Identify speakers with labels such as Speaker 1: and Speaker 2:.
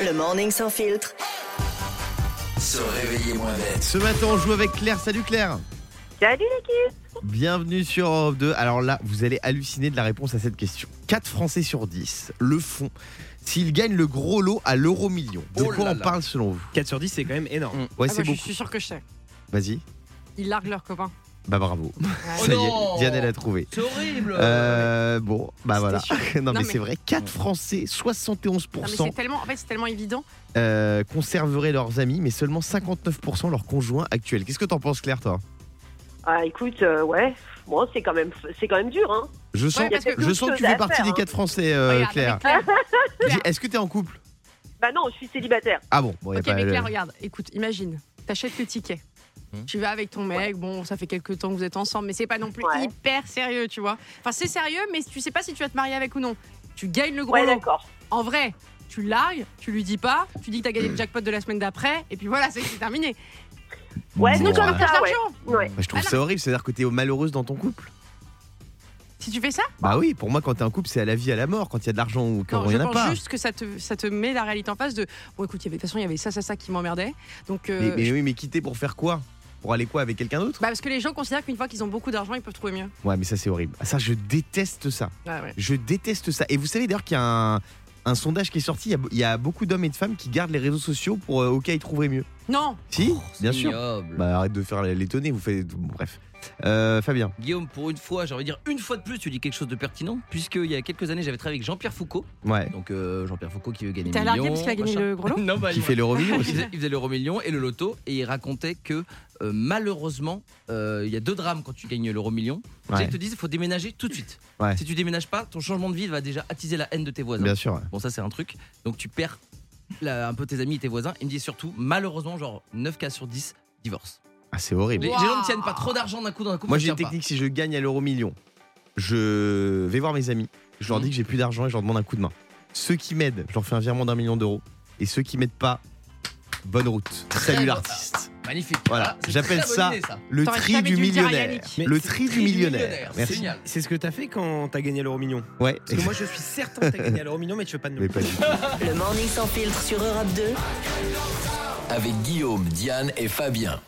Speaker 1: Le morning sans filtre.
Speaker 2: Se réveiller moins bête.
Speaker 3: Ce matin, on joue avec Claire. Salut Claire.
Speaker 4: Salut l'équipe
Speaker 3: Bienvenue sur Europe 2. Alors là, vous allez halluciner de la réponse à cette question. 4 Français sur 10 le font s'ils gagnent le gros lot à l'euro million. De
Speaker 2: Oh
Speaker 3: quoi
Speaker 2: là là.
Speaker 3: on parle selon vous Mmh.
Speaker 5: 4 sur 10, c'est quand même énorme.
Speaker 3: Ouais,
Speaker 6: Ah
Speaker 3: c'est
Speaker 6: bah, je
Speaker 3: beaucoup.
Speaker 6: suis sûr que je sais.
Speaker 3: Vas-y.
Speaker 6: Ils larguent leurs copains.
Speaker 3: Bah bravo.
Speaker 6: Ouais.
Speaker 3: Ça y
Speaker 2: non
Speaker 3: est, Diane, elle a trouvé.
Speaker 2: C'est horrible
Speaker 3: Euh, bon, bah
Speaker 6: C'était
Speaker 3: voilà.
Speaker 6: chiant.
Speaker 3: non,
Speaker 6: Non,
Speaker 3: mais
Speaker 6: mais-
Speaker 3: c'est vrai, 4 Français,
Speaker 6: Non, mais
Speaker 3: 71%
Speaker 6: c'est tellement, en fait, c'est tellement évident.
Speaker 3: euh, conserveraient leurs amis, mais seulement 59% leurs conjoints actuels. Qu'est-ce que t'en penses, Claire, toi
Speaker 4: Ah écoute, euh, ouais, bon, c'est quand même c'est quand même dur, hein.
Speaker 3: Je sens,
Speaker 6: Ouais, parce que-
Speaker 3: je sens que tu
Speaker 4: Chose à
Speaker 3: fais partie
Speaker 4: faire,
Speaker 3: des
Speaker 4: hein.
Speaker 3: 4 Français, euh,
Speaker 6: Regarde,
Speaker 3: Claire.
Speaker 6: mais Claire, Claire.
Speaker 3: Dis, Est-ce que t'es en couple
Speaker 4: Bah non, je suis célibataire.
Speaker 3: Ah bon, bon, y a
Speaker 6: ok,
Speaker 3: pas
Speaker 6: mais
Speaker 3: le-
Speaker 6: Claire, regarde, écoute, imagine, t'achètes le ticket.
Speaker 2: Hmm.
Speaker 6: Tu vas avec ton mec, bon, ça fait quelques temps que vous êtes ensemble, mais c'est pas non plus
Speaker 4: Ouais.
Speaker 6: hyper sérieux, tu vois. Enfin, c'est sérieux, mais tu sais pas si tu vas te marier avec ou non. Tu gagnes le gros
Speaker 4: Ouais,
Speaker 6: lot.
Speaker 4: d'accord.
Speaker 6: En vrai, tu largues, tu lui dis pas, tu dis que t'as gagné le jackpot de la semaine d'après, et puis voilà, c'est c'est terminé.
Speaker 4: Ouais,
Speaker 3: Bon,
Speaker 6: Sinon, tu
Speaker 4: ouais.
Speaker 6: partages
Speaker 4: Ah ouais.
Speaker 6: l'argent.
Speaker 4: Ouais.
Speaker 3: Bah, je trouve
Speaker 6: Ah non.
Speaker 3: ça horrible, c'est-à-dire que t'es malheureuse dans ton couple.
Speaker 6: Si tu fais ça,
Speaker 3: Bah oui, pour moi, quand t'es en couple, c'est à la vie, à la mort. Quand il y a de l'argent ou quand
Speaker 6: Ah. Non,
Speaker 3: il
Speaker 6: je
Speaker 3: n'y en a
Speaker 6: pense
Speaker 3: pas.
Speaker 6: juste que ça te, ça te met la réalité en face de bon écoute, il y avait- de toute façon il y avait ça, ça, ça qui m'emmerdait. Donc euh,
Speaker 3: Mais, mais
Speaker 6: je-
Speaker 3: oui, mais quitter pour faire quoi Pour aller quoi avec quelqu'un d'autre
Speaker 6: bah, parce que les gens considèrent qu'une fois qu'ils ont beaucoup d'argent, ils peuvent trouver mieux.
Speaker 3: Ouais, mais ça, c'est horrible. Ah, Ça, je déteste ça.
Speaker 2: Ah
Speaker 6: Ouais, ouais.
Speaker 3: Je déteste ça. Et vous savez d'ailleurs qu'il y a un, un sondage qui est sorti. Il y a, il y a beaucoup d'hommes et de femmes qui gardent les réseaux sociaux pour euh, au cas où ils trouveraient mieux.
Speaker 6: Non,
Speaker 3: Si, bien sûr.
Speaker 2: Oh, Ignoble.
Speaker 3: Bah arrête de faire l'étonner, vous faites. bon, bref. Euh, Fabien.
Speaker 2: Guillaume, pour une fois, j'ai envie de dire une fois de plus, tu dis quelque chose de pertinent, puisqu'il y a quelques années, j'avais travaillé avec Jean-Pierre Foucault.
Speaker 3: Ouais.
Speaker 2: Donc euh, Jean-Pierre Foucault qui veut gagner
Speaker 6: t'as
Speaker 2: millions.
Speaker 6: largué parce qu'il a gagné
Speaker 2: machin.
Speaker 6: le gros lot.
Speaker 2: non, bah,
Speaker 3: Qui
Speaker 2: il,
Speaker 3: fait l'euro million
Speaker 2: il
Speaker 3: aussi.
Speaker 2: faisait, il faisait l'euro million et le loto, et il racontait que euh, malheureusement, euh, il y a deux drames quand tu gagnes l'euro million.
Speaker 3: Ouais.
Speaker 2: Ils te disent, il faut déménager tout de suite.
Speaker 3: Ouais.
Speaker 2: Si tu déménages pas, ton changement de vie va déjà attiser la haine de tes voisins.
Speaker 3: Bien sûr. ouais.
Speaker 2: Bon, ça, c'est un truc. Donc, tu perds la- un peu tes amis et tes voisins. Il me dit surtout, malheureusement, genre 9 cas sur 10, divorce.
Speaker 3: Ah, c'est horrible.
Speaker 2: Les,
Speaker 6: Wow.
Speaker 2: les gens ne tiennent pas trop d'argent d'un coup dans un couple.
Speaker 3: Moi
Speaker 2: ça
Speaker 3: j'ai une
Speaker 2: tient pas.
Speaker 3: technique, si je gagne à l'euro million, je vais voir mes amis, je leur
Speaker 2: Mhm.
Speaker 3: dis que j'ai plus d'argent et je leur demande un coup de main. Ceux qui m'aident, je leur fais un virement d'un million d'euros. Et ceux qui m'aident pas, bonne route. Salut
Speaker 2: bon.
Speaker 3: l'artiste.
Speaker 2: Magnifique.
Speaker 3: Voilà,
Speaker 2: c'est
Speaker 3: j'appelle
Speaker 2: très bonne
Speaker 3: ça-
Speaker 2: idée,
Speaker 3: Le
Speaker 6: T'aurais
Speaker 3: tri
Speaker 6: jamais
Speaker 3: du
Speaker 6: dû le dire à
Speaker 3: millionnaire.
Speaker 6: Yannick.
Speaker 5: Mais
Speaker 3: Le
Speaker 5: c'est
Speaker 3: tri
Speaker 2: tri
Speaker 3: du
Speaker 2: du
Speaker 3: millionnaire.
Speaker 2: millionnaire,
Speaker 5: C'est-
Speaker 3: Merci.
Speaker 2: génial.
Speaker 5: C'est ce que t'as fait quand t'as gagné l'euro million.
Speaker 3: Ouais.
Speaker 5: Parce que moi, je suis certain que t'as gagné l'euro million, mais tu fais pas de nous.
Speaker 3: Mais pas du tout.
Speaker 1: Le morning sans filtre sur Europe 2.
Speaker 7: avec Guillaume, Diane et Fabien.